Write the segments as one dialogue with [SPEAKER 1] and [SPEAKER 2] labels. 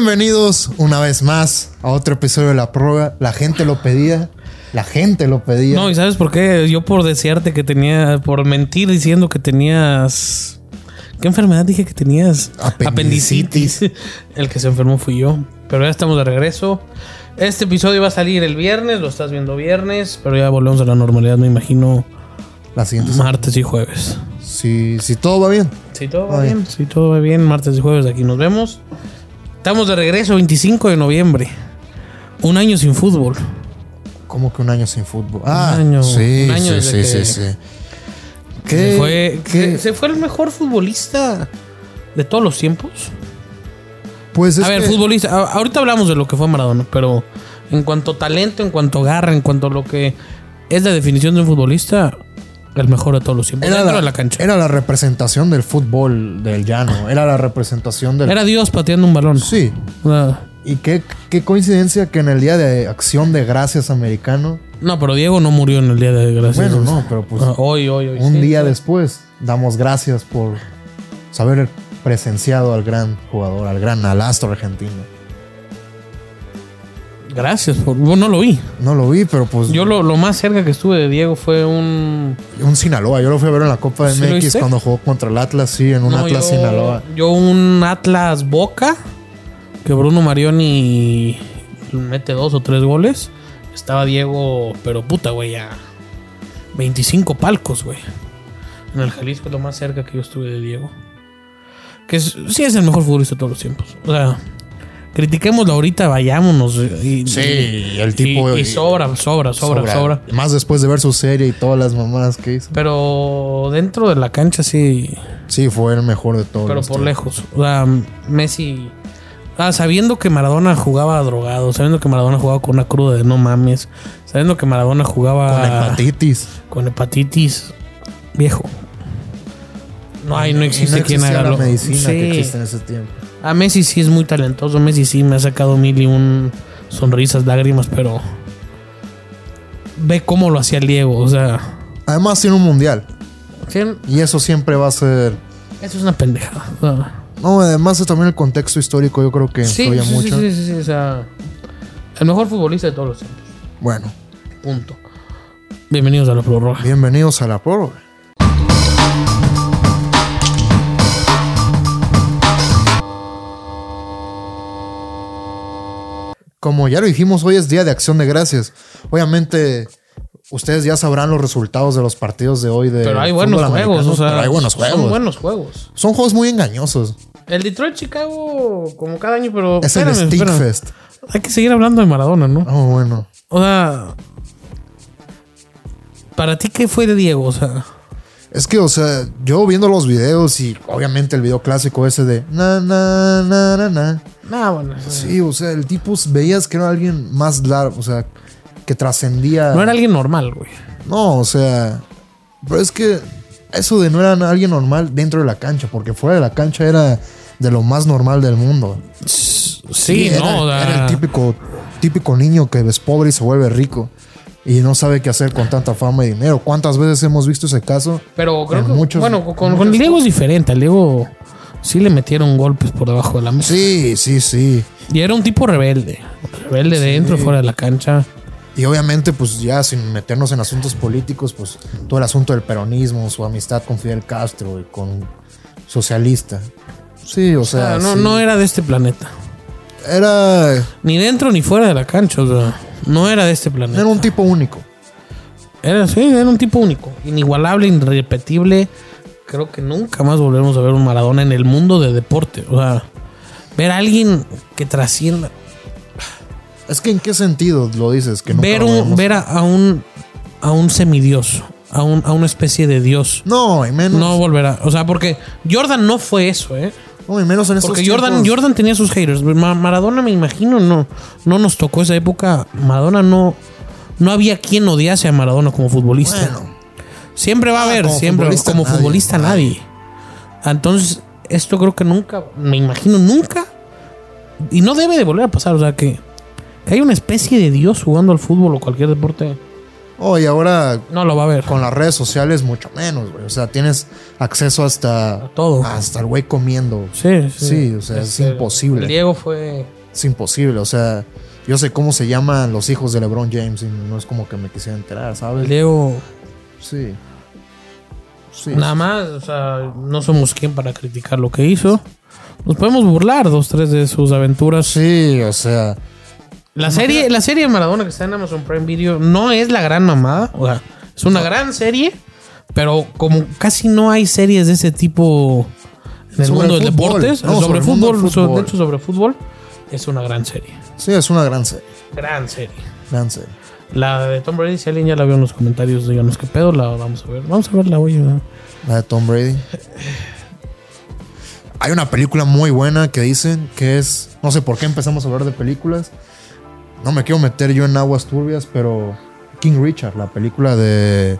[SPEAKER 1] Bienvenidos una vez más a otro episodio de La Prórroga. La gente lo pedía. La gente lo pedía.
[SPEAKER 2] No, ¿y sabes por qué? Yo por desearte que tenía, por mentir diciendo que tenías... ¿Qué enfermedad dije que tenías?
[SPEAKER 1] Apendicitis.
[SPEAKER 2] El que se enfermó fui yo. Pero ya estamos de regreso. Este episodio va a salir el viernes, lo estás viendo viernes, pero ya volvemos a la normalidad, me imagino,
[SPEAKER 1] la siguiente semana.
[SPEAKER 2] martes y jueves.
[SPEAKER 1] Si, si todo va bien.
[SPEAKER 2] Si todo va
[SPEAKER 1] Ay.
[SPEAKER 2] bien, si todo va bien, martes y jueves aquí nos vemos. Estamos de regreso 25 de noviembre. Un año sin fútbol.
[SPEAKER 1] Como que un año sin fútbol. Ah,
[SPEAKER 2] año-
[SPEAKER 1] sí,
[SPEAKER 2] un año
[SPEAKER 1] sí, sí,
[SPEAKER 2] desde
[SPEAKER 1] sí, sí.
[SPEAKER 2] que- Se fue,
[SPEAKER 1] qué-
[SPEAKER 2] se- se fue el mejor futbolista de todos los tiempos.
[SPEAKER 1] Pues es
[SPEAKER 2] a ver,
[SPEAKER 1] que-
[SPEAKER 2] futbolista. a- Ahorita hablamos de lo que fue Maradona, pero en cuanto a talento, en cuanto a garra, en cuanto a lo que es la definición de un futbolista, el mejor de todos los tiempos.
[SPEAKER 1] Era
[SPEAKER 2] dentro
[SPEAKER 1] la,
[SPEAKER 2] de la cancha.
[SPEAKER 1] era la representación del fútbol del llano. Era la representación del.
[SPEAKER 2] Era Dios pateando un balón.
[SPEAKER 1] Sí.
[SPEAKER 2] Una-
[SPEAKER 1] Y qué, qué coincidencia que en el día de acción de gracias americano.
[SPEAKER 2] No, pero Diego no murió en el día de gracias.
[SPEAKER 1] Bueno, no, pero pues.
[SPEAKER 2] Ah, hoy, hoy, hoy.
[SPEAKER 1] Un
[SPEAKER 2] sí.
[SPEAKER 1] día después, damos gracias por saber presenciado al gran jugador, al gran alastro argentino.
[SPEAKER 2] Gracias. Por... Bueno, no lo vi.
[SPEAKER 1] No lo vi, pero pues
[SPEAKER 2] Yo lo, lo más cerca que estuve de Diego fue un.
[SPEAKER 1] un Sinaloa. Yo lo fui a ver en la Copa
[SPEAKER 2] ¿Sí lo
[SPEAKER 1] MX
[SPEAKER 2] viste?
[SPEAKER 1] cuando jugó contra el Atlas, sí, en un
[SPEAKER 2] No,
[SPEAKER 1] Atlas
[SPEAKER 2] yo-
[SPEAKER 1] Sinaloa.
[SPEAKER 2] Yo un Atlas Boca, que Bruno Marioni mete dos o tres goles. Estaba Diego, pero puta, güey, a 25 palcos, güey. En el Jalisco es lo más cerca que yo estuve de Diego. Que es- sí es el mejor futbolista de todos los tiempos. O sea, critiquémoslo ahorita, vayámonos. Y,
[SPEAKER 1] Sí, el
[SPEAKER 2] y-
[SPEAKER 1] tipo-
[SPEAKER 2] Y, sobra, sobra, sobra, sobra,
[SPEAKER 1] Más después de ver su serie y todas las mamadas que hizo.
[SPEAKER 2] Pero dentro de la cancha sí.
[SPEAKER 1] Sí, fue el mejor de todos.
[SPEAKER 2] Pero
[SPEAKER 1] los
[SPEAKER 2] por
[SPEAKER 1] tiempos.
[SPEAKER 2] lejos. O sea, Messi. Ah, sabiendo que Maradona jugaba drogado, sabiendo que Maradona jugaba con una cruda de no mames, sabiendo que Maradona jugaba
[SPEAKER 1] Con hepatitis.
[SPEAKER 2] con hepatitis, viejo. No hay,
[SPEAKER 1] Y
[SPEAKER 2] no existe quien
[SPEAKER 1] existía
[SPEAKER 2] haga
[SPEAKER 1] la
[SPEAKER 2] lo-
[SPEAKER 1] medicina que
[SPEAKER 2] Sí.
[SPEAKER 1] existe en ese tiempo.
[SPEAKER 2] A Messi sí es muy talentoso, Messi sí me ha sacado mil y un sonrisas, lágrimas, pero ve cómo lo hacía el Diego, o sea,
[SPEAKER 1] Además tiene un mundial.
[SPEAKER 2] sí, eso
[SPEAKER 1] Y eso siempre va a ser...
[SPEAKER 2] es una pendejada. o sea.
[SPEAKER 1] No, además también el contexto histórico yo creo que
[SPEAKER 2] Sí,
[SPEAKER 1] influye
[SPEAKER 2] sí, sí,
[SPEAKER 1] mucho.
[SPEAKER 2] sí, sí, sí, o sea, el mejor futbolista de todos los tiempos.
[SPEAKER 1] Bueno,
[SPEAKER 2] Punto. Bienvenidos a la prórroga.
[SPEAKER 1] Eh, Bienvenidos a la prórroga. Como ya lo dijimos, hoy es Día de Acción de Gracias. Obviamente, ustedes ya sabrán los resultados de los partidos de hoy de
[SPEAKER 2] Pero hay buenos
[SPEAKER 1] fútbol
[SPEAKER 2] juegos,
[SPEAKER 1] americano,
[SPEAKER 2] o sea,
[SPEAKER 1] pero hay buenos
[SPEAKER 2] son
[SPEAKER 1] juegos.
[SPEAKER 2] buenos juegos.
[SPEAKER 1] Son juegos muy engañosos.
[SPEAKER 2] El Detroit Chicago como cada año, pero
[SPEAKER 1] Es el
[SPEAKER 2] espérame, espérame.
[SPEAKER 1] Stinkfest.
[SPEAKER 2] Hay que seguir hablando de Maradona, ¿no?
[SPEAKER 1] Oh, bueno.
[SPEAKER 2] O sea, para ti qué fue de Diego, o sea,
[SPEAKER 1] Es que, o sea, yo viendo los videos y obviamente el video clásico ese de na na na na na.
[SPEAKER 2] nada bueno.
[SPEAKER 1] Sí, o sea, el tipo veías que era alguien más largo, o sea, que trascendía.
[SPEAKER 2] No era alguien normal, güey.
[SPEAKER 1] No, o sea, pero es que eso de no era alguien normal dentro de la cancha, porque fuera de la cancha era de lo más normal del mundo.
[SPEAKER 2] Sí,
[SPEAKER 1] era,
[SPEAKER 2] no, o sea,
[SPEAKER 1] era el típico, típico niño que es pobre y se vuelve rico y no sabe qué hacer con tanta fama y dinero. ¿Cuántas veces hemos visto ese caso?
[SPEAKER 2] pero creo
[SPEAKER 1] en
[SPEAKER 2] que
[SPEAKER 1] muchos-
[SPEAKER 2] bueno, con, con el Diego es diferente, al Diego sí le metieron golpes por debajo de la mesa.
[SPEAKER 1] Sí, sí, sí.
[SPEAKER 2] Y era un tipo rebelde, rebelde dentro, fuera de la cancha.
[SPEAKER 1] Y obviamente, pues ya sin meternos en asuntos políticos, pues todo el asunto del peronismo, su amistad con Fidel Castro y con socialista. Sí, o
[SPEAKER 2] O
[SPEAKER 1] sea,
[SPEAKER 2] sea, no,
[SPEAKER 1] Ah, sí.
[SPEAKER 2] no era de este planeta.
[SPEAKER 1] era,
[SPEAKER 2] Ni dentro ni fuera de la cancha. O sea, no era de este planeta.
[SPEAKER 1] era un tipo único.
[SPEAKER 2] Era, sí, era un tipo único. Inigualable, irrepetible. Creo que nunca más volveremos a ver un Maradona en el mundo de deporte. O sea, ver a alguien que trascienda.
[SPEAKER 1] Es que en qué sentido lo dices que nunca
[SPEAKER 2] ver
[SPEAKER 1] lo
[SPEAKER 2] un-
[SPEAKER 1] vemos?
[SPEAKER 2] ver a, a un, a un semidios. A, un- a una especie de dios.
[SPEAKER 1] no, y menos,
[SPEAKER 2] No
[SPEAKER 1] no,
[SPEAKER 2] volverá. O sea, porque Jordan no fue eso, ¿eh?
[SPEAKER 1] y menos en estos
[SPEAKER 2] Porque Jordan,
[SPEAKER 1] tiempos.
[SPEAKER 2] Jordan tenía sus haters. Ma- Maradona, me imagino, no, no nos tocó esa época. Maradona no. No había quien odiase a Maradona como futbolista.
[SPEAKER 1] Bueno,
[SPEAKER 2] siempre va a
[SPEAKER 1] Ah,
[SPEAKER 2] haber,
[SPEAKER 1] como
[SPEAKER 2] siempre.
[SPEAKER 1] futbolista
[SPEAKER 2] como
[SPEAKER 1] nadie,
[SPEAKER 2] futbolista
[SPEAKER 1] nadie.
[SPEAKER 2] nadie. Entonces, esto creo que nunca, me imagino nunca. Y no debe de volver a pasar. O sea, que, que hay una especie de Dios jugando al fútbol o cualquier deporte.
[SPEAKER 1] Oh, y ahora
[SPEAKER 2] No lo va a ver.
[SPEAKER 1] con las redes sociales mucho menos, güey. O sea, tienes acceso hasta
[SPEAKER 2] A todo.
[SPEAKER 1] Hasta el güey comiendo.
[SPEAKER 2] Sí,
[SPEAKER 1] Ah,
[SPEAKER 2] sí.
[SPEAKER 1] Sí, o sea, es
[SPEAKER 2] Este,
[SPEAKER 1] imposible.
[SPEAKER 2] El Diego fue.
[SPEAKER 1] Es imposible, o sea, yo sé cómo se llaman los hijos de LeBron James y no es como que me quisiera enterar,
[SPEAKER 2] El
[SPEAKER 1] ¿sabes?
[SPEAKER 2] Diego.
[SPEAKER 1] Sí. Sí.
[SPEAKER 2] Nada más, o sea, no somos quien para criticar lo que hizo. Nos podemos burlar dos, tres de sus aventuras.
[SPEAKER 1] Sí, o sea,
[SPEAKER 2] La serie, la serie de Maradona que está en Amazon Prime Video no es la gran mamada. O sea, es una gran serie, pero como casi no hay series de ese tipo en el
[SPEAKER 1] Sobre
[SPEAKER 2] mundo
[SPEAKER 1] el
[SPEAKER 2] de
[SPEAKER 1] fútbol.
[SPEAKER 2] deportes,
[SPEAKER 1] No,
[SPEAKER 2] sobre,
[SPEAKER 1] sobre el mundo
[SPEAKER 2] fútbol,
[SPEAKER 1] del
[SPEAKER 2] sobre- de
[SPEAKER 1] fútbol.
[SPEAKER 2] hecho sobre fútbol, es una gran serie.
[SPEAKER 1] sí, es una gran serie.
[SPEAKER 2] Gran serie.
[SPEAKER 1] Gran serie.
[SPEAKER 2] La de Tom Brady, si alguien ya la vio en los comentarios, díganos qué pedo, la vamos a ver. Vamos a verla hoy. ¿no?
[SPEAKER 1] La de Tom Brady. Hay una película muy buena que dicen que es. No sé por qué empezamos a hablar de películas. No me quiero meter yo en aguas turbias, pero. King Richard, la película de.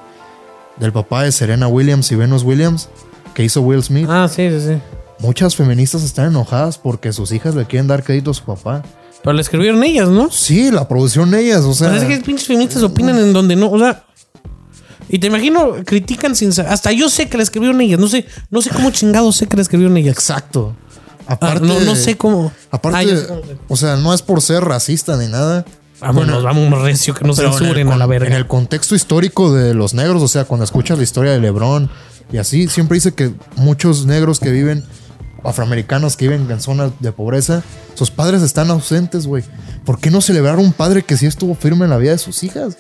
[SPEAKER 1] Del papá de Serena Williams y Venus Williams, que hizo Will Smith.
[SPEAKER 2] Ah, sí, sí, sí.
[SPEAKER 1] Muchas feministas están enojadas porque sus hijas le quieren dar crédito a su papá.
[SPEAKER 2] Pero Ah, la escribieron ellas, ¿no?
[SPEAKER 1] Sí, la producción ellas, o sea.
[SPEAKER 2] Pero Pues es que pinches feministas opinan en donde no, o sea. Y te imagino, critican sin sa- Hasta yo sé que la escribieron ellas. No sé, no sé cómo chingados sé que la escribieron ellas.
[SPEAKER 1] Exacto.
[SPEAKER 2] Ah,
[SPEAKER 1] Aparte,
[SPEAKER 2] no, no sé cómo.
[SPEAKER 1] Aparte,
[SPEAKER 2] Ah, yo sé cómo se-
[SPEAKER 1] o sea, no es por ser racista ni nada.
[SPEAKER 2] Vámonos, vamos recio que no
[SPEAKER 1] Pero en
[SPEAKER 2] censuren
[SPEAKER 1] el,
[SPEAKER 2] a la verga.
[SPEAKER 1] en el contexto histórico de los negros, o sea, cuando escuchas la historia de Lebrón y así, siempre dice que muchos negros que viven, afroamericanos que viven en zonas de pobreza, sus padres están ausentes, güey. ¿Por qué no celebrar un padre que sí estuvo firme en la vida de sus hijas?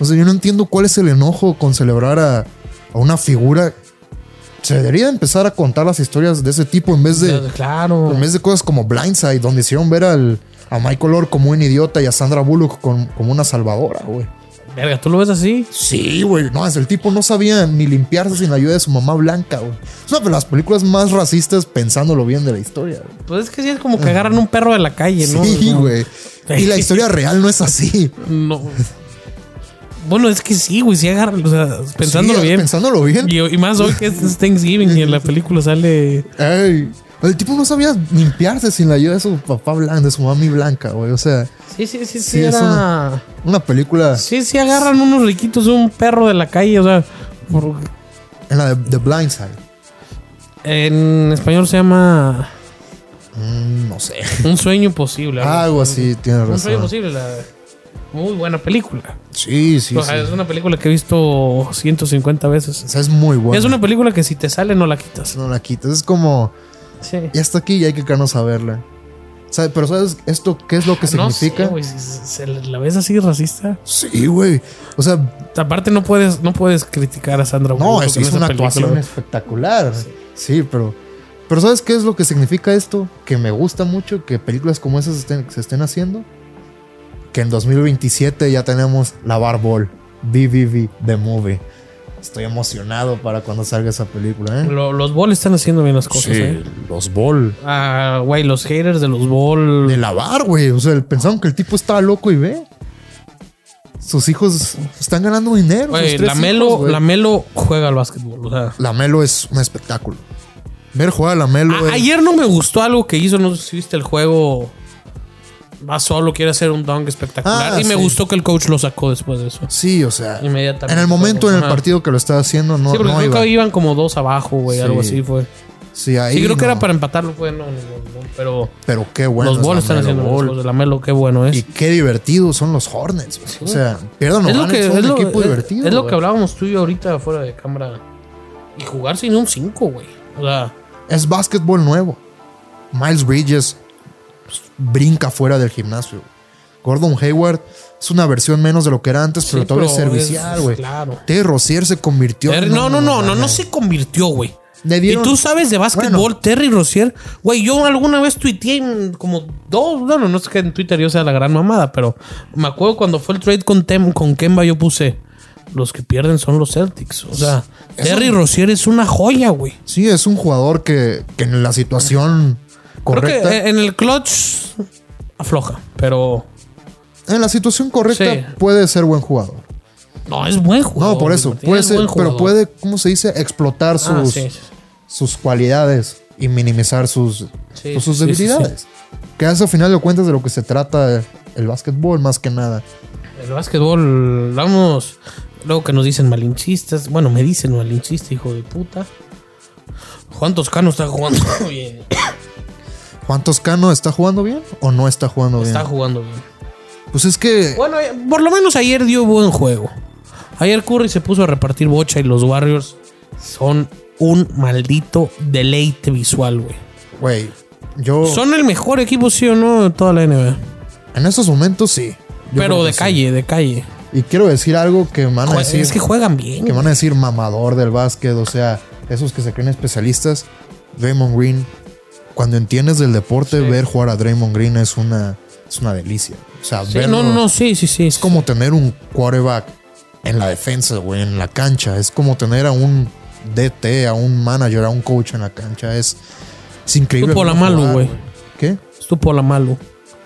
[SPEAKER 1] O sea, yo no entiendo cuál es el enojo con celebrar a, a una figura. Se debería empezar a contar las historias de ese tipo en vez de...
[SPEAKER 2] Claro.
[SPEAKER 1] En vez de cosas como Blindside, donde hicieron ver al, a Michael Orr como un idiota y a Sandra Bullock con- como una salvadora, güey.
[SPEAKER 2] Verga, tú lo ves así.
[SPEAKER 1] Sí, güey. No, es el tipo no sabía ni limpiarse sin la ayuda de su mamá blanca, güey. Es una de las películas más racistas pensándolo bien de la historia, güey.
[SPEAKER 2] Pues es que sí es como que agarran un perro de la calle, ¿no?
[SPEAKER 1] Ah. Sí,
[SPEAKER 2] No.
[SPEAKER 1] güey. Y la historia real no es así.
[SPEAKER 2] No. Bueno, es que sí, güey. Sí agarran, o sea, pensándolo
[SPEAKER 1] Sí,
[SPEAKER 2] bien.
[SPEAKER 1] Pensándolo bien.
[SPEAKER 2] Y, y más hoy que es Thanksgiving y en la película sale.
[SPEAKER 1] Ey, el tipo no sabía limpiarse sin la ayuda de su papá blanca, de su mami blanca, güey. O sea,
[SPEAKER 2] Sí, sí, sí, sí,
[SPEAKER 1] Sí, es
[SPEAKER 2] era.
[SPEAKER 1] una- una película
[SPEAKER 2] Sí, sí, agarran unos riquitos, un perro de la calle, o sea, por-
[SPEAKER 1] en la de, de Blindside.
[SPEAKER 2] en español se llama
[SPEAKER 1] Mm, no sé.
[SPEAKER 2] Un sueño posible. algo
[SPEAKER 1] Algo así, tienes
[SPEAKER 2] así. Un sueño
[SPEAKER 1] Ah, razón.
[SPEAKER 2] posible, la- muy buena película.
[SPEAKER 1] Sí, sí,
[SPEAKER 2] O
[SPEAKER 1] sí.
[SPEAKER 2] sea, Es una película que he visto 150
[SPEAKER 1] O
[SPEAKER 2] veces.
[SPEAKER 1] sea, es muy bueno.
[SPEAKER 2] Es una película que si te sale no la quitas.
[SPEAKER 1] No la quitas. Es como,
[SPEAKER 2] Sí.
[SPEAKER 1] ya está aquí y hay que quedarnos a verla. ¿Sabe- Pero ¿sabes esto qué es lo que
[SPEAKER 2] Ah, No
[SPEAKER 1] significa?
[SPEAKER 2] sé, güey, si se- la ves así racista.
[SPEAKER 1] sí, güey. O sea,
[SPEAKER 2] Aparte no puedes no puedes criticar a Sandra
[SPEAKER 1] no,
[SPEAKER 2] Bullock
[SPEAKER 1] es,
[SPEAKER 2] en
[SPEAKER 1] es
[SPEAKER 2] esa
[SPEAKER 1] una
[SPEAKER 2] película.
[SPEAKER 1] actuación espectacular. Sí. pero... Pero ¿sabes qué es lo que significa esto? Que me gusta mucho que películas como esas estén- se estén haciendo. Que en 2027 ya tenemos La Barbol, BBB, The Movie. Estoy emocionado para cuando salga esa película, ¿eh?
[SPEAKER 2] Lo- los Ball están haciendo bien las cosas, ¿eh?
[SPEAKER 1] los Bol.
[SPEAKER 2] Ah, güey, los haters de los Ball.
[SPEAKER 1] de lavar, güey. O sea, el- pensaron que el tipo estaba loco y ve. Sus hijos están ganando dinero. sus
[SPEAKER 2] Güey,
[SPEAKER 1] Pues, tres
[SPEAKER 2] la Melo,
[SPEAKER 1] hijos, güey.
[SPEAKER 2] la Melo juega al básquetbol. O sea,
[SPEAKER 1] La Melo es un espectáculo. Ver jugar a la Melo.
[SPEAKER 2] A-
[SPEAKER 1] güey.
[SPEAKER 2] Ah, ayer no me gustó algo que hizo, no sé si viste el juego. Va solo, quiere hacer un dunk espectacular.
[SPEAKER 1] Ah,
[SPEAKER 2] y me
[SPEAKER 1] sí.
[SPEAKER 2] gustó que el coach lo sacó después de eso.
[SPEAKER 1] Sí, o sea.
[SPEAKER 2] Inmediatamente.
[SPEAKER 1] En el momento en el
[SPEAKER 2] Ajá.
[SPEAKER 1] partido que lo estaba haciendo, no,
[SPEAKER 2] sí, porque
[SPEAKER 1] no
[SPEAKER 2] creo
[SPEAKER 1] iba.
[SPEAKER 2] que iban como dos abajo, güey,
[SPEAKER 1] Sí.
[SPEAKER 2] algo así fue.
[SPEAKER 1] Sí, ahí
[SPEAKER 2] Sí, creo que
[SPEAKER 1] no.
[SPEAKER 2] era para empatarlo, fue, no, no, no, no, pero
[SPEAKER 1] Pero qué bueno.
[SPEAKER 2] los
[SPEAKER 1] es
[SPEAKER 2] bolos están
[SPEAKER 1] LaMelo
[SPEAKER 2] haciendo los
[SPEAKER 1] Ball.
[SPEAKER 2] de la Melo, qué bueno es.
[SPEAKER 1] Y qué divertidos son los Hornets. güey. O sea, pierdan o
[SPEAKER 2] es lo
[SPEAKER 1] ganen,
[SPEAKER 2] que,
[SPEAKER 1] son
[SPEAKER 2] es
[SPEAKER 1] un
[SPEAKER 2] lo,
[SPEAKER 1] equipo
[SPEAKER 2] es-
[SPEAKER 1] divertido.
[SPEAKER 2] es lo que
[SPEAKER 1] güey.
[SPEAKER 2] hablábamos tú y yo ahorita fuera de cámara. Y jugar sin un 5, güey. O sea,
[SPEAKER 1] Es básquetbol nuevo. Miles Bridges pues, brinca fuera del gimnasio. Gordon Hayward es una versión menos de lo que era antes, pero
[SPEAKER 2] sí,
[SPEAKER 1] todavía es
[SPEAKER 2] pero
[SPEAKER 1] servicial, güey.
[SPEAKER 2] Claro.
[SPEAKER 1] Terry Rozier se convirtió.
[SPEAKER 2] Terry-
[SPEAKER 1] en-
[SPEAKER 2] no, no, no, no, no se convirtió, güey.
[SPEAKER 1] Le
[SPEAKER 2] Y
[SPEAKER 1] dieron-
[SPEAKER 2] tú sabes de básquetbol,
[SPEAKER 1] Bueno.
[SPEAKER 2] Terry Rozier. Güey, yo alguna vez tuiteé en como dos. Bueno, no es que en Twitter yo sea la gran mamada, pero me acuerdo cuando fue el trade con, Tem- con Kemba, yo puse: Los que pierden son los Celtics. O sea,
[SPEAKER 1] Eso-
[SPEAKER 2] Terry Rozier es una joya, güey.
[SPEAKER 1] Sí, es un jugador que, que en la situación
[SPEAKER 2] Creo que
[SPEAKER 1] correcta.
[SPEAKER 2] eh, en el clutch afloja, pero
[SPEAKER 1] en la situación correcta
[SPEAKER 2] Sí.
[SPEAKER 1] puede ser buen jugador.
[SPEAKER 2] no es buen jugador.
[SPEAKER 1] No, por eso.
[SPEAKER 2] Martín,
[SPEAKER 1] Puede
[SPEAKER 2] es
[SPEAKER 1] ser,
[SPEAKER 2] buen
[SPEAKER 1] pero
[SPEAKER 2] jugador.
[SPEAKER 1] puede, ¿cómo se dice? Explotar sus,
[SPEAKER 2] Ah, sí, sí.
[SPEAKER 1] sus cualidades y minimizar sus,
[SPEAKER 2] Sí,
[SPEAKER 1] pues, sus
[SPEAKER 2] sí, sí,
[SPEAKER 1] debilidades. Que eso al final de cuentas de lo que se trata el básquetbol, más que nada.
[SPEAKER 2] El básquetbol, vamos. Luego que nos dicen malinchistas. Bueno, me dicen malinchista, hijo de puta. Juan Toscano está jugando bien.
[SPEAKER 1] ¿Juan Toscano está jugando bien o no está jugando
[SPEAKER 2] Está
[SPEAKER 1] bien?
[SPEAKER 2] jugando bien.
[SPEAKER 1] Pues es que
[SPEAKER 2] Bueno, eh, por lo menos ayer dio buen juego. Ayer Curry se puso a repartir bocha y los Warriors son un maldito deleite visual, güey.
[SPEAKER 1] Güey, yo
[SPEAKER 2] Son el mejor equipo, sí o no, de toda la NBA.
[SPEAKER 1] en estos momentos sí. Yo creo
[SPEAKER 2] Pero
[SPEAKER 1] que
[SPEAKER 2] de
[SPEAKER 1] sí.
[SPEAKER 2] calle, de calle.
[SPEAKER 1] Y quiero decir algo que me van a
[SPEAKER 2] Jue-
[SPEAKER 1] decir,
[SPEAKER 2] es que
[SPEAKER 1] que,
[SPEAKER 2] juegan bien.
[SPEAKER 1] me van a decir mamador del básquet, o sea, esos que se creen especialistas. Draymond Green, cuando entiendes del deporte, ver jugar a Draymond Green es una, es una delicia. O sea,
[SPEAKER 2] Sí,
[SPEAKER 1] verlo
[SPEAKER 2] no, no, no, sí, sí, sí.
[SPEAKER 1] es como tener un quarterback en la defensa, güey, en la cancha. Es como tener a un DT, a un manager, a un coach en la cancha. Es, es increíble.
[SPEAKER 2] Tú por la
[SPEAKER 1] verlo
[SPEAKER 2] mano,
[SPEAKER 1] jugar,
[SPEAKER 2] güey.
[SPEAKER 1] ¿Qué?
[SPEAKER 2] Estuvo la malo.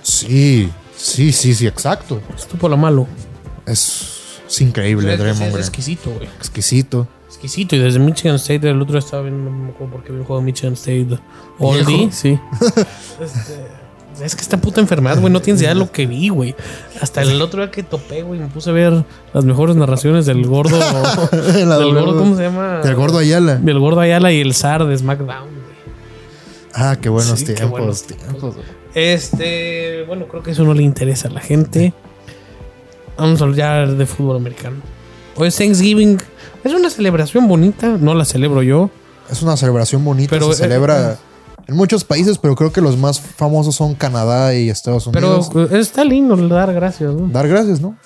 [SPEAKER 1] Sí, sí, sí, sí, exacto.
[SPEAKER 2] Estuvo la malo.
[SPEAKER 1] Es, es increíble,
[SPEAKER 2] Es-
[SPEAKER 1] Draymond
[SPEAKER 2] es
[SPEAKER 1] Green.
[SPEAKER 2] exquisito, güey.
[SPEAKER 1] Exquisito.
[SPEAKER 2] Exquisito. Y desde Michigan State, el otro estaba viendo, no me acuerdo por qué vi el juego de Michigan State. Oldie,
[SPEAKER 1] ¿Viejo?
[SPEAKER 2] sí. Este, es que esta puta enfermedad, güey, no tienes idea de lo que vi, güey. Hasta el otro día que topé, güey, me puse a ver las mejores narraciones del gordo. del gordo, ¿cómo se llama?
[SPEAKER 1] Del gordo Ayala.
[SPEAKER 2] Del gordo Ayala y el zar de SmackDown, güey.
[SPEAKER 1] Ah, qué buenos
[SPEAKER 2] Sí, qué
[SPEAKER 1] tiempos.
[SPEAKER 2] buenos
[SPEAKER 1] tiempos, güey.
[SPEAKER 2] Este, bueno, creo que eso no le interesa a la gente. Vamos a hablar de fútbol americano. Hoy es Thanksgiving. Es una celebración bonita, no la celebro yo.
[SPEAKER 1] Es una celebración bonita.
[SPEAKER 2] Pero,
[SPEAKER 1] se
[SPEAKER 2] eh,
[SPEAKER 1] celebra en muchos países, pero creo que los más famosos son Canadá y Estados
[SPEAKER 2] Pero
[SPEAKER 1] Unidos.
[SPEAKER 2] está lindo el dar gracias. ¿no?
[SPEAKER 1] Dar gracias, ¿no?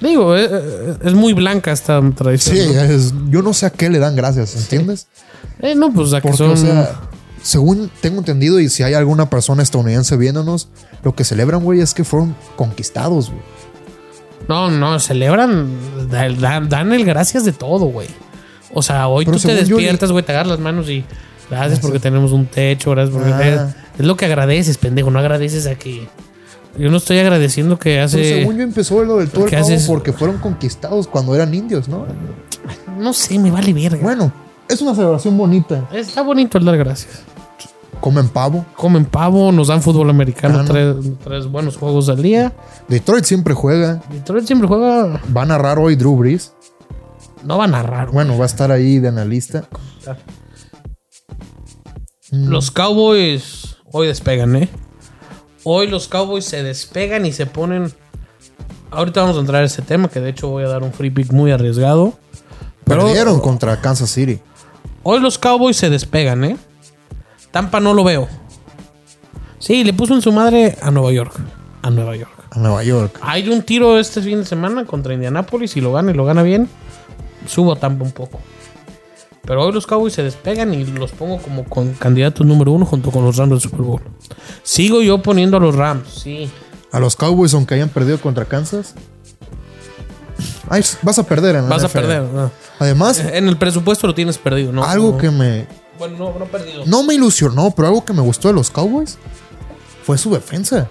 [SPEAKER 2] Digo, eh, eh, es, muy blanca esta tradición.
[SPEAKER 1] Sí, ¿eh?
[SPEAKER 2] ¿no?
[SPEAKER 1] es- yo no sé a qué le dan gracias, ¿entiendes?
[SPEAKER 2] Eh, no, pues a que
[SPEAKER 1] Porque,
[SPEAKER 2] son.
[SPEAKER 1] o sea, según tengo entendido, y si hay alguna persona estadounidense viéndonos, lo que celebran, güey, es que fueron conquistados, güey.
[SPEAKER 2] No, no, celebran, da- da- dan el gracias de todo, güey. O sea, hoy
[SPEAKER 1] Pero
[SPEAKER 2] tú te
[SPEAKER 1] según yo,
[SPEAKER 2] despiertas, güey, te agarras las manos y gracias porque tenemos un techo, gracias porque...
[SPEAKER 1] Ah.
[SPEAKER 2] Es, es lo que agradeces, pendejo, no agradeces a que... Yo no estoy agradeciendo que
[SPEAKER 1] Pero según
[SPEAKER 2] hace...
[SPEAKER 1] yo empezó lo del todo el
[SPEAKER 2] ¿Qué
[SPEAKER 1] pavo
[SPEAKER 2] haces?
[SPEAKER 1] porque fueron conquistados cuando eran indios, ¿no?
[SPEAKER 2] No sé, me vale verga.
[SPEAKER 1] Bueno, es una celebración bonita.
[SPEAKER 2] Está bonito el dar gracias.
[SPEAKER 1] Comen pavo.
[SPEAKER 2] Comen pavo, nos dan fútbol americano,
[SPEAKER 1] Ah, no.
[SPEAKER 2] tres, tres buenos juegos al día.
[SPEAKER 1] Detroit siempre juega.
[SPEAKER 2] Detroit siempre juega...
[SPEAKER 1] Va a narrar hoy Drew Brees.
[SPEAKER 2] No va a narrar, güey.
[SPEAKER 1] Bueno, va a estar ahí de analista.
[SPEAKER 2] Los Cowboys hoy despegan, ¿eh? Hoy los Cowboys se despegan y se ponen. Ahorita vamos a entrar a ese tema, que de hecho voy a dar un free pick muy arriesgado. Pero
[SPEAKER 1] Perdieron contra Kansas City.
[SPEAKER 2] hoy los Cowboys se despegan, ¿eh? Tampa no lo veo. Sí, le puso en su madre a Nueva York. A Nueva York.
[SPEAKER 1] A Nueva York.
[SPEAKER 2] Hay un tiro este fin de semana contra Indianápolis y lo gana y lo gana bien. Subo a Tampa un poco. Pero hoy los Cowboys se despegan y los pongo como con candidatos número uno junto con los Rams del Super Bowl. Sigo yo poniendo a los Rams, sí.
[SPEAKER 1] A los Cowboys, aunque hayan perdido contra Kansas. Ay, vas a perder en la
[SPEAKER 2] Vas a
[SPEAKER 1] NFL.
[SPEAKER 2] perder. no.
[SPEAKER 1] Además,
[SPEAKER 2] En el presupuesto lo tienes perdido, ¿no?
[SPEAKER 1] algo
[SPEAKER 2] No.
[SPEAKER 1] que me.
[SPEAKER 2] Bueno, no, no perdido.
[SPEAKER 1] No me ilusionó, pero algo que me gustó de los Cowboys fue su defensa.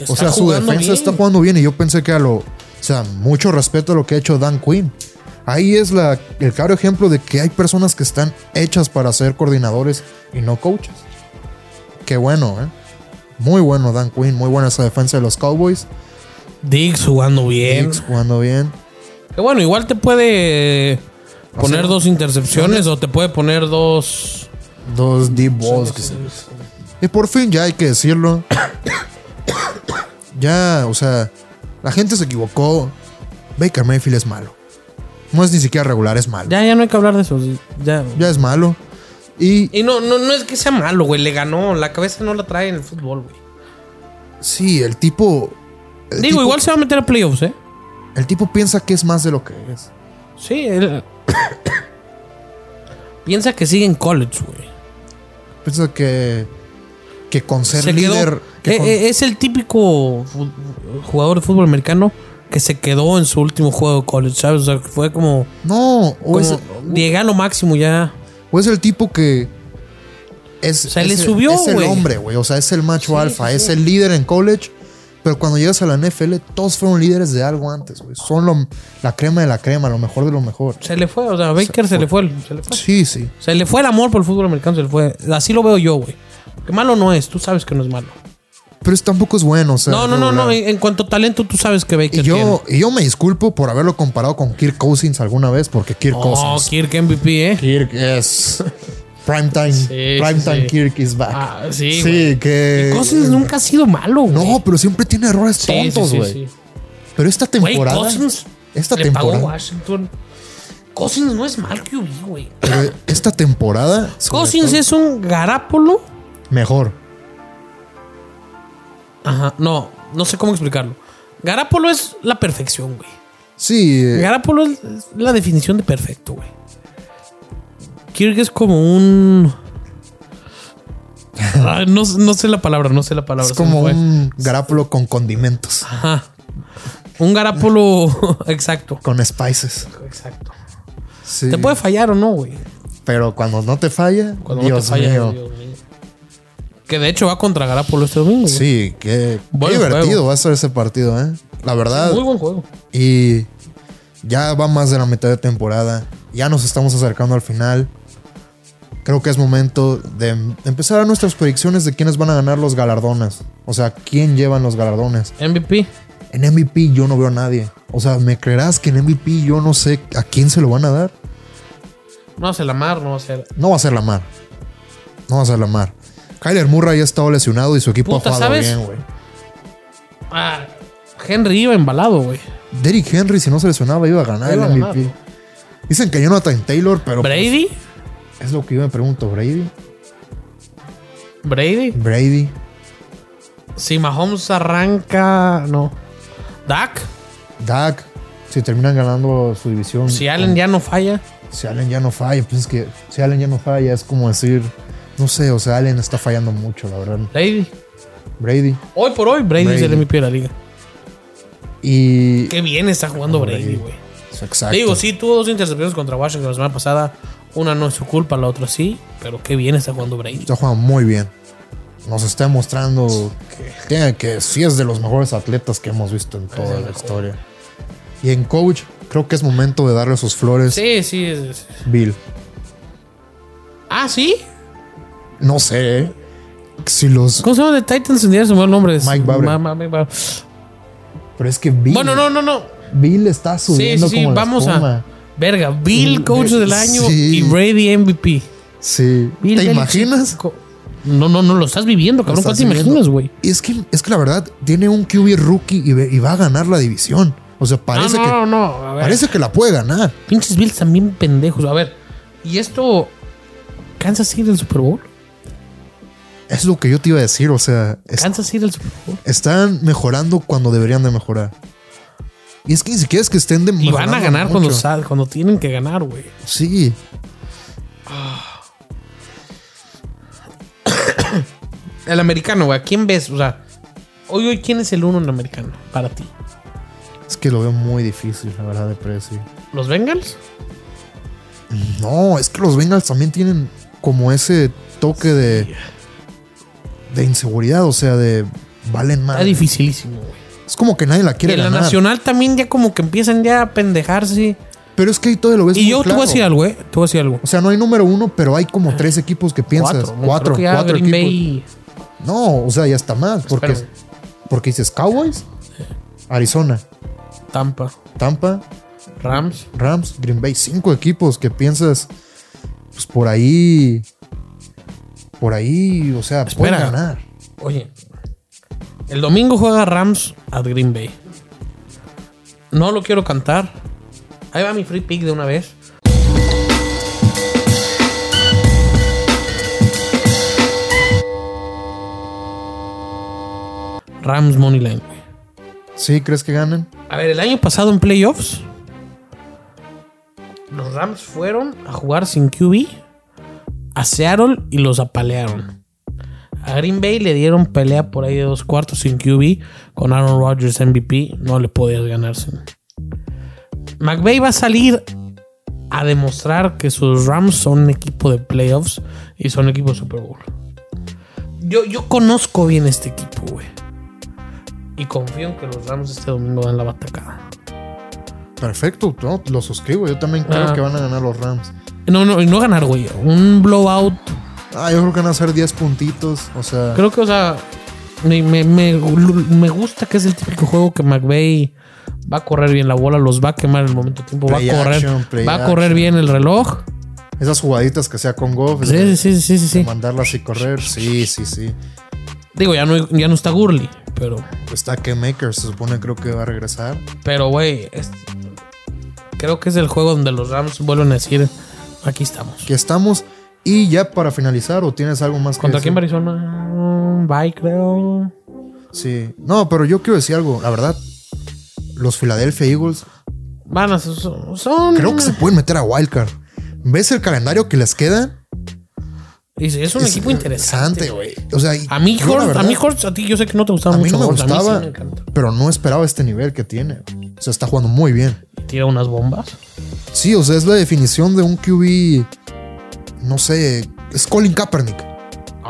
[SPEAKER 2] Está
[SPEAKER 1] o sea, su
[SPEAKER 2] jugando
[SPEAKER 1] defensa
[SPEAKER 2] bien.
[SPEAKER 1] está jugando bien y yo pensé que a lo. O sea, mucho respeto a lo que ha hecho Dan Quinn. Ahí es la, el claro ejemplo de que hay personas que están hechas para ser coordinadores y no coaches. Qué bueno, ¿eh? Muy bueno Dan Quinn, muy buena esa defensa de los Cowboys.
[SPEAKER 2] Diggs jugando bien.
[SPEAKER 1] Diggs jugando bien.
[SPEAKER 2] Que bueno, igual te puede poner dos intercepciones o te puede poner dos.
[SPEAKER 1] Dos deep balls. que se- Y por fin ya hay que decirlo. ya, o sea, la gente se equivocó. Baker Mayfield es malo. No es ni siquiera regular, es malo. Ya,
[SPEAKER 2] Ya, ya no hay que hablar de eso. sí. Ya,
[SPEAKER 1] es malo. Y
[SPEAKER 2] Y no, no, no es que sea malo, güey. Le ganó. La cabeza no la trae en el fútbol, güey.
[SPEAKER 1] sí, el tipo. el
[SPEAKER 2] Digo,
[SPEAKER 1] Eh, tipo-
[SPEAKER 2] igual se va a meter a playoffs, ¿eh?
[SPEAKER 1] El tipo piensa que es más de lo que es.
[SPEAKER 2] Sí, él- Piensa que sigue en college, güey.
[SPEAKER 1] Piensa que. Que con ser
[SPEAKER 2] Se quedó-
[SPEAKER 1] líder. que
[SPEAKER 2] Eh,
[SPEAKER 1] con-
[SPEAKER 2] eh, es el típico fu- jugador de fútbol americano que se quedó en su último juego de college, ¿sabes? O sea, que fue como.
[SPEAKER 1] no, o
[SPEAKER 2] como
[SPEAKER 1] es,
[SPEAKER 2] llegué a lo máximo ya.
[SPEAKER 1] o es el tipo que. Es,
[SPEAKER 2] sea, le
[SPEAKER 1] es el-
[SPEAKER 2] subió,
[SPEAKER 1] Es el
[SPEAKER 2] güey.
[SPEAKER 1] hombre, güey. O sea, es el macho alfa. Es el líder en college. Pero cuando llegas a la NFL, todos fueron líderes de algo antes, güey. Son lo- la crema de la crema, lo mejor de lo mejor.
[SPEAKER 2] Se le fue, o sea, a Baker se, le fue. el- Se le fue.
[SPEAKER 1] Sí, sí.
[SPEAKER 2] Se le fue el amor por el fútbol americano, se le fue. Así lo veo yo, güey. Que malo no es, tú sabes que no es malo.
[SPEAKER 1] Pero eso tampoco es bueno. o sea,
[SPEAKER 2] No, no, no, no.
[SPEAKER 1] regular.
[SPEAKER 2] En, en cuanto a talento, tú sabes que
[SPEAKER 1] Y
[SPEAKER 2] Baker tiene.
[SPEAKER 1] yo, y yo me disculpo por haberlo comparado con Kirk Cousins alguna vez, porque Kirk
[SPEAKER 2] Oh,
[SPEAKER 1] Cousins.
[SPEAKER 2] Kirk MVP, ¿eh?
[SPEAKER 1] Kirk es. Primetime.
[SPEAKER 2] sí,
[SPEAKER 1] Primetime
[SPEAKER 2] sí.
[SPEAKER 1] Kirk is back.
[SPEAKER 2] Ah, sí,
[SPEAKER 1] Sí, que.
[SPEAKER 2] Cousins nunca ha sido malo, güey.
[SPEAKER 1] No, pero siempre tiene errores tontos, güey. Pero esta
[SPEAKER 2] Güey,
[SPEAKER 1] temporada.
[SPEAKER 2] Cousins
[SPEAKER 1] esta
[SPEAKER 2] le
[SPEAKER 1] temporada.
[SPEAKER 2] pagó Washington. Cousins no es mal QB, güey.
[SPEAKER 1] pero esta temporada. sobre
[SPEAKER 2] Cousins
[SPEAKER 1] todo,
[SPEAKER 2] es un garápolo.
[SPEAKER 1] Mejor.
[SPEAKER 2] Ajá, no, no sé cómo explicarlo. Garápolo es la perfección, güey.
[SPEAKER 1] Sí. eh,
[SPEAKER 2] Garápolo es es la definición de perfecto, güey. Kirk es como un. Ay, no, no sé la palabra, no sé la palabra.
[SPEAKER 1] Es
[SPEAKER 2] se me
[SPEAKER 1] como
[SPEAKER 2] fue. Ah.
[SPEAKER 1] un garapolo con condimentos.
[SPEAKER 2] Ajá. Un garápolo. exacto.
[SPEAKER 1] Con spices.
[SPEAKER 2] Exacto.
[SPEAKER 1] Sí.
[SPEAKER 2] Te puede fallar o no, güey.
[SPEAKER 1] Pero cuando no te falla.
[SPEAKER 2] Cuando no
[SPEAKER 1] Dios
[SPEAKER 2] te falla,
[SPEAKER 1] mío.
[SPEAKER 2] Dios mío. Que de hecho va contra Garápolo este domingo. güey.
[SPEAKER 1] Sí, qué, qué
[SPEAKER 2] Buen
[SPEAKER 1] divertido
[SPEAKER 2] juego.
[SPEAKER 1] va a ser ese partido, ¿eh? La verdad.
[SPEAKER 2] Muy buen juego.
[SPEAKER 1] Y ya va más de la mitad de temporada. Ya nos estamos acercando al final. Creo que es momento de em- empezar a nuestras predicciones de quiénes van a ganar los galardones. O sea, quién llevan los galardones.
[SPEAKER 2] MVP.
[SPEAKER 1] En MVP yo no veo a nadie. O sea, ¿me creerás que en MVP yo no sé a quién se lo van a dar?
[SPEAKER 2] No se la mar, no va a ser.
[SPEAKER 1] No va a ser la mar. No va a ser la mar. Kyler Murray ha estado lesionado y su equipo
[SPEAKER 2] Puta,
[SPEAKER 1] ha jugado
[SPEAKER 2] ¿sabes?
[SPEAKER 1] bien, güey.
[SPEAKER 2] Ah, Henry iba embalado, güey.
[SPEAKER 1] Derrick Henry, si no se lesionaba, iba a ganar
[SPEAKER 2] Iba a
[SPEAKER 1] el
[SPEAKER 2] ganar,
[SPEAKER 1] MVP. Dicen que Jonathan Taylor, pero pues,
[SPEAKER 2] Brady.
[SPEAKER 1] es lo que yo me pregunto, Brady.
[SPEAKER 2] Brady.
[SPEAKER 1] Brady.
[SPEAKER 2] Si Mahomes arranca. No. Dak.
[SPEAKER 1] Dak, si terminan ganando su división. pues,
[SPEAKER 2] Si Allen ya no falla.
[SPEAKER 1] Si Allen ya no falla, pues es que si Allen ya no falla, es como decir, no sé, o sea, Allen está fallando mucho, la verdad.
[SPEAKER 2] Brady.
[SPEAKER 1] Brady.
[SPEAKER 2] Hoy por hoy, Brady, es el
[SPEAKER 1] Brady.
[SPEAKER 2] MVP de la liga.
[SPEAKER 1] Y.
[SPEAKER 2] Qué bien está jugando Brady,
[SPEAKER 1] Brady.
[SPEAKER 2] güey.
[SPEAKER 1] Exacto.
[SPEAKER 2] Digo, sí, tuvo dos intercepciones contra Washington la semana pasada. Una no es su culpa, la otra sí. Pero qué bien está jugando Brady.
[SPEAKER 1] Está jugando muy bien. Nos está mostrando que, que sí es de los mejores atletas que hemos visto en toda la historia. Y en coach, creo que es momento de darle sus flores,
[SPEAKER 2] Sí, sí. es-
[SPEAKER 1] Bill.
[SPEAKER 2] Ah, sí.
[SPEAKER 1] No sé eh, si los.
[SPEAKER 2] ¿Cómo se llama de Titans? Ni se me va el nombre. Es-
[SPEAKER 1] Mike Babel.
[SPEAKER 2] Ma- ma- Mike Babel.
[SPEAKER 1] Pero es que Bill.
[SPEAKER 2] Bueno, no, no, no.
[SPEAKER 1] Bill está
[SPEAKER 2] Sí,
[SPEAKER 1] subiendo
[SPEAKER 2] sí, sí.
[SPEAKER 1] como la
[SPEAKER 2] Vamos
[SPEAKER 1] espuma.
[SPEAKER 2] a. Verga, Bill, coach del año
[SPEAKER 1] Sí.
[SPEAKER 2] y Brady MVP.
[SPEAKER 1] Sí.
[SPEAKER 2] Bill
[SPEAKER 1] ¿Te
[SPEAKER 2] Belichick,
[SPEAKER 1] imaginas?
[SPEAKER 2] co- No, no, no, lo estás viviendo, cabrón.
[SPEAKER 1] estás
[SPEAKER 2] ¿Cuánto te
[SPEAKER 1] viviendo.
[SPEAKER 2] imaginas, güey?
[SPEAKER 1] Y es que, es que la verdad, tiene un QB rookie y, ve- y va a ganar la división. O sea,
[SPEAKER 2] Ah,
[SPEAKER 1] parece,
[SPEAKER 2] no, no,
[SPEAKER 1] que,
[SPEAKER 2] no. A ver,
[SPEAKER 1] parece que la puede ganar.
[SPEAKER 2] pinches Bills también pendejos. A ver, ¿y esto. ¿Kansas City del Super Bowl?
[SPEAKER 1] Es lo que yo te iba a decir. O sea, es-
[SPEAKER 2] ¿Kansas City del Super Bowl?
[SPEAKER 1] están mejorando cuando deberían de mejorar. Y es que ni siquiera es que estén de
[SPEAKER 2] Y van a
[SPEAKER 1] mejorando
[SPEAKER 2] ganar
[SPEAKER 1] mucho.
[SPEAKER 2] cuando, sal- cuando tienen que ganar, güey.
[SPEAKER 1] Sí.
[SPEAKER 2] El americano, güey. ¿A quién ves? O sea, hoy, hoy, ¿quién es el uno en el americano para ti?
[SPEAKER 1] Es que lo veo muy difícil, la verdad, de precio.
[SPEAKER 2] ¿Los Bengals?
[SPEAKER 1] No, es que los Bengals también tienen como ese toque de, de inseguridad. O sea, de valen más.
[SPEAKER 2] Está dificilísimo, güey.
[SPEAKER 1] Es como que nadie la
[SPEAKER 2] Y
[SPEAKER 1] quiere
[SPEAKER 2] en la
[SPEAKER 1] ganar.
[SPEAKER 2] nacional también ya como que empiezan ya a pendejarse.
[SPEAKER 1] Pero es que ahí todo lo ves
[SPEAKER 2] Y
[SPEAKER 1] muy
[SPEAKER 2] yo te voy a
[SPEAKER 1] claro.
[SPEAKER 2] decir algo, güey. Te voy a decir algo.
[SPEAKER 1] O sea, no hay número uno, pero hay como tres equipos que piensas.
[SPEAKER 2] Cuatro,
[SPEAKER 1] Cuatro,
[SPEAKER 2] ¿no?
[SPEAKER 1] cuatro,
[SPEAKER 2] Creo que ya
[SPEAKER 1] equipos.
[SPEAKER 2] Green Bay.
[SPEAKER 1] No, o sea, ya está más. Porque,
[SPEAKER 2] Espérame.
[SPEAKER 1] porque dices Cowboys, Arizona,
[SPEAKER 2] Tampa,
[SPEAKER 1] Tampa,
[SPEAKER 2] Rams.
[SPEAKER 1] Rams, Green Bay. Cinco equipos que piensas, pues por ahí. Por ahí, o sea, pueden
[SPEAKER 2] Espera.
[SPEAKER 1] ganar.
[SPEAKER 2] Oye, el domingo juega Rams a Green Bay. No lo quiero cantar. Ahí va mi free pick de una vez. Rams Money Line. güey.
[SPEAKER 1] ¿Sí crees que ganan?
[SPEAKER 2] A ver, el año pasado en playoffs, los Rams fueron a jugar sin QB a Seattle y los apalearon. A Green Bay le dieron pelea por ahí de dos cuartos sin QB con Aaron Rodgers MVP. No le podías ganarse. McVay va a salir a demostrar que sus Rams son un equipo de playoffs y son un equipo de Super Bowl. Yo, yo conozco bien este equipo, güey. Y confío en que los Rams este domingo dan la batacada.
[SPEAKER 1] Perfecto, no, lo suscribo. Yo también creo
[SPEAKER 2] Ah.
[SPEAKER 1] que van a ganar los Rams.
[SPEAKER 2] No, no, y no ganar, güey. Un blowout.
[SPEAKER 1] Ah, yo creo que van a ser 10 puntitos. O sea,
[SPEAKER 2] Creo que, o sea, Me, me, me- me gusta que es el típico juego que McVeigh va a correr bien la bola, los va a quemar en el momento de tiempo, va
[SPEAKER 1] Play
[SPEAKER 2] a correr,
[SPEAKER 1] action, play
[SPEAKER 2] va a correr
[SPEAKER 1] action. Pues
[SPEAKER 2] bien el reloj.
[SPEAKER 1] Esas jugaditas que sea con golf.
[SPEAKER 2] Sí, sí, sí, sí, sí. sí.
[SPEAKER 1] Mandarlas y correr. Sí, sí, sí.
[SPEAKER 2] Digo, ya no, ya no está Gurley, pero,
[SPEAKER 1] Está que Maker se supone creo que va a regresar.
[SPEAKER 2] pero güey, es- creo que es el juego donde los Rams vuelven a decir, aquí estamos.
[SPEAKER 1] Aquí estamos. Y ya para finalizar, ¿o tienes algo más que
[SPEAKER 2] ¿Contra quién va
[SPEAKER 1] decir?
[SPEAKER 2] Arizona? Bye, creo.
[SPEAKER 1] Sí. No, pero yo quiero decir algo. La verdad, los Philadelphia Eagles
[SPEAKER 2] Van a son, son-
[SPEAKER 1] creo que se pueden meter a Wildcard. ¿Ves el calendario que les queda?
[SPEAKER 2] Y sí, es un equipo interesante, güey.
[SPEAKER 1] O sea, y-
[SPEAKER 2] A mí,
[SPEAKER 1] yo, la
[SPEAKER 2] Hurts, a
[SPEAKER 1] verdad,
[SPEAKER 2] mí Hurts, a ti yo sé que no te gustaba
[SPEAKER 1] a mí
[SPEAKER 2] mucho
[SPEAKER 1] no me
[SPEAKER 2] Hurts, sí
[SPEAKER 1] gustaba,
[SPEAKER 2] me encanta.
[SPEAKER 1] pero no esperaba este nivel que tiene. O sea, está jugando muy bien.
[SPEAKER 2] Tira unas bombas.
[SPEAKER 1] Sí, o sea, es la definición de un QB. No sé, es Colin Kaepernick.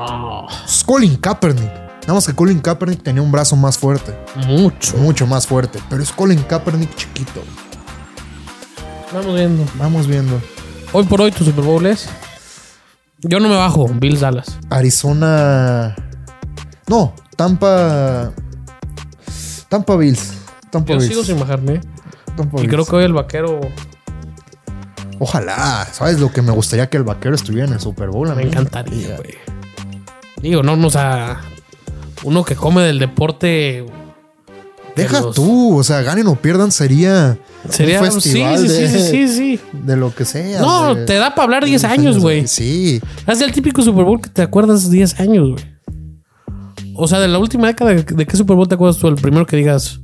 [SPEAKER 1] Es Pues, Colin Kaepernick. Nada más que Colin Kaepernick tenía un brazo más fuerte,
[SPEAKER 2] mucho.
[SPEAKER 1] mucho más fuerte, pero es Colin Kaepernick chiquito.
[SPEAKER 2] Vamos viendo.
[SPEAKER 1] Vamos viendo.
[SPEAKER 2] Hoy por hoy tu Super Bowl es. Yo no me bajo, Bill Dallas.
[SPEAKER 1] Arizona. No, Tampa. Tampa Bills. Tampa
[SPEAKER 2] Yo
[SPEAKER 1] Bills.
[SPEAKER 2] sigo sin bajarme. ¿eh?
[SPEAKER 1] Tampa
[SPEAKER 2] Y
[SPEAKER 1] Bills.
[SPEAKER 2] creo que hoy el vaquero.
[SPEAKER 1] Ojalá. ¿Sabes lo que me gustaría que el vaquero estuviera en el Super Bowl? a
[SPEAKER 2] Me
[SPEAKER 1] mí?
[SPEAKER 2] encantaría, güey. Digo, no, no, o sea. Uno que come del deporte.
[SPEAKER 1] Deja
[SPEAKER 2] de los-
[SPEAKER 1] tú, o sea, ganen o pierdan sería. un
[SPEAKER 2] Sería. Sí, sí,
[SPEAKER 1] festival
[SPEAKER 2] sí,
[SPEAKER 1] de,
[SPEAKER 2] sí, sí, sí.
[SPEAKER 1] de lo que sea.
[SPEAKER 2] No,
[SPEAKER 1] de-
[SPEAKER 2] te da para hablar 10 años, güey.
[SPEAKER 1] Sí,
[SPEAKER 2] Es el típico Super Bowl que te acuerdas 10 años, güey. O sea, de la última década, ¿de qué Super Bowl te acuerdas tú? El primero que digas.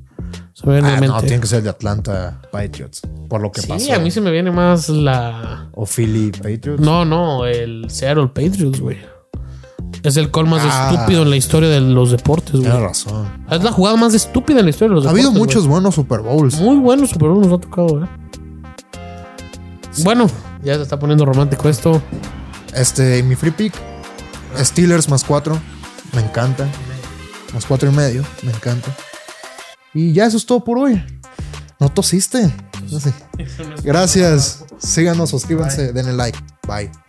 [SPEAKER 2] Se me viene a la
[SPEAKER 1] Ah, no,
[SPEAKER 2] mente.
[SPEAKER 1] tiene que ser de Atlanta Patriots, por lo que
[SPEAKER 2] sí,
[SPEAKER 1] pasó.
[SPEAKER 2] a mí se me viene más la.
[SPEAKER 1] O Philly Patriots.
[SPEAKER 2] No, no, el Seattle Patriots, güey. Es el call más
[SPEAKER 1] Ah.
[SPEAKER 2] estúpido en la historia de los deportes, güey.
[SPEAKER 1] Tienes razón.
[SPEAKER 2] Es la jugada más estúpida en la historia de los
[SPEAKER 1] Ha
[SPEAKER 2] deportes.
[SPEAKER 1] habido muchos buenos Super Bowls.
[SPEAKER 2] güey. Muy buenos Super Bowl nos ha tocado, güey. Bueno, ya se está poniendo romántico esto.
[SPEAKER 1] Este, mi free pick. Steelers más 4. Me encanta. Más cuatro y medio. Me encanta. Y ya eso es todo por hoy. No tosiste. No sé. Gracias. Síganos, suscríbanse, denle like. Bye.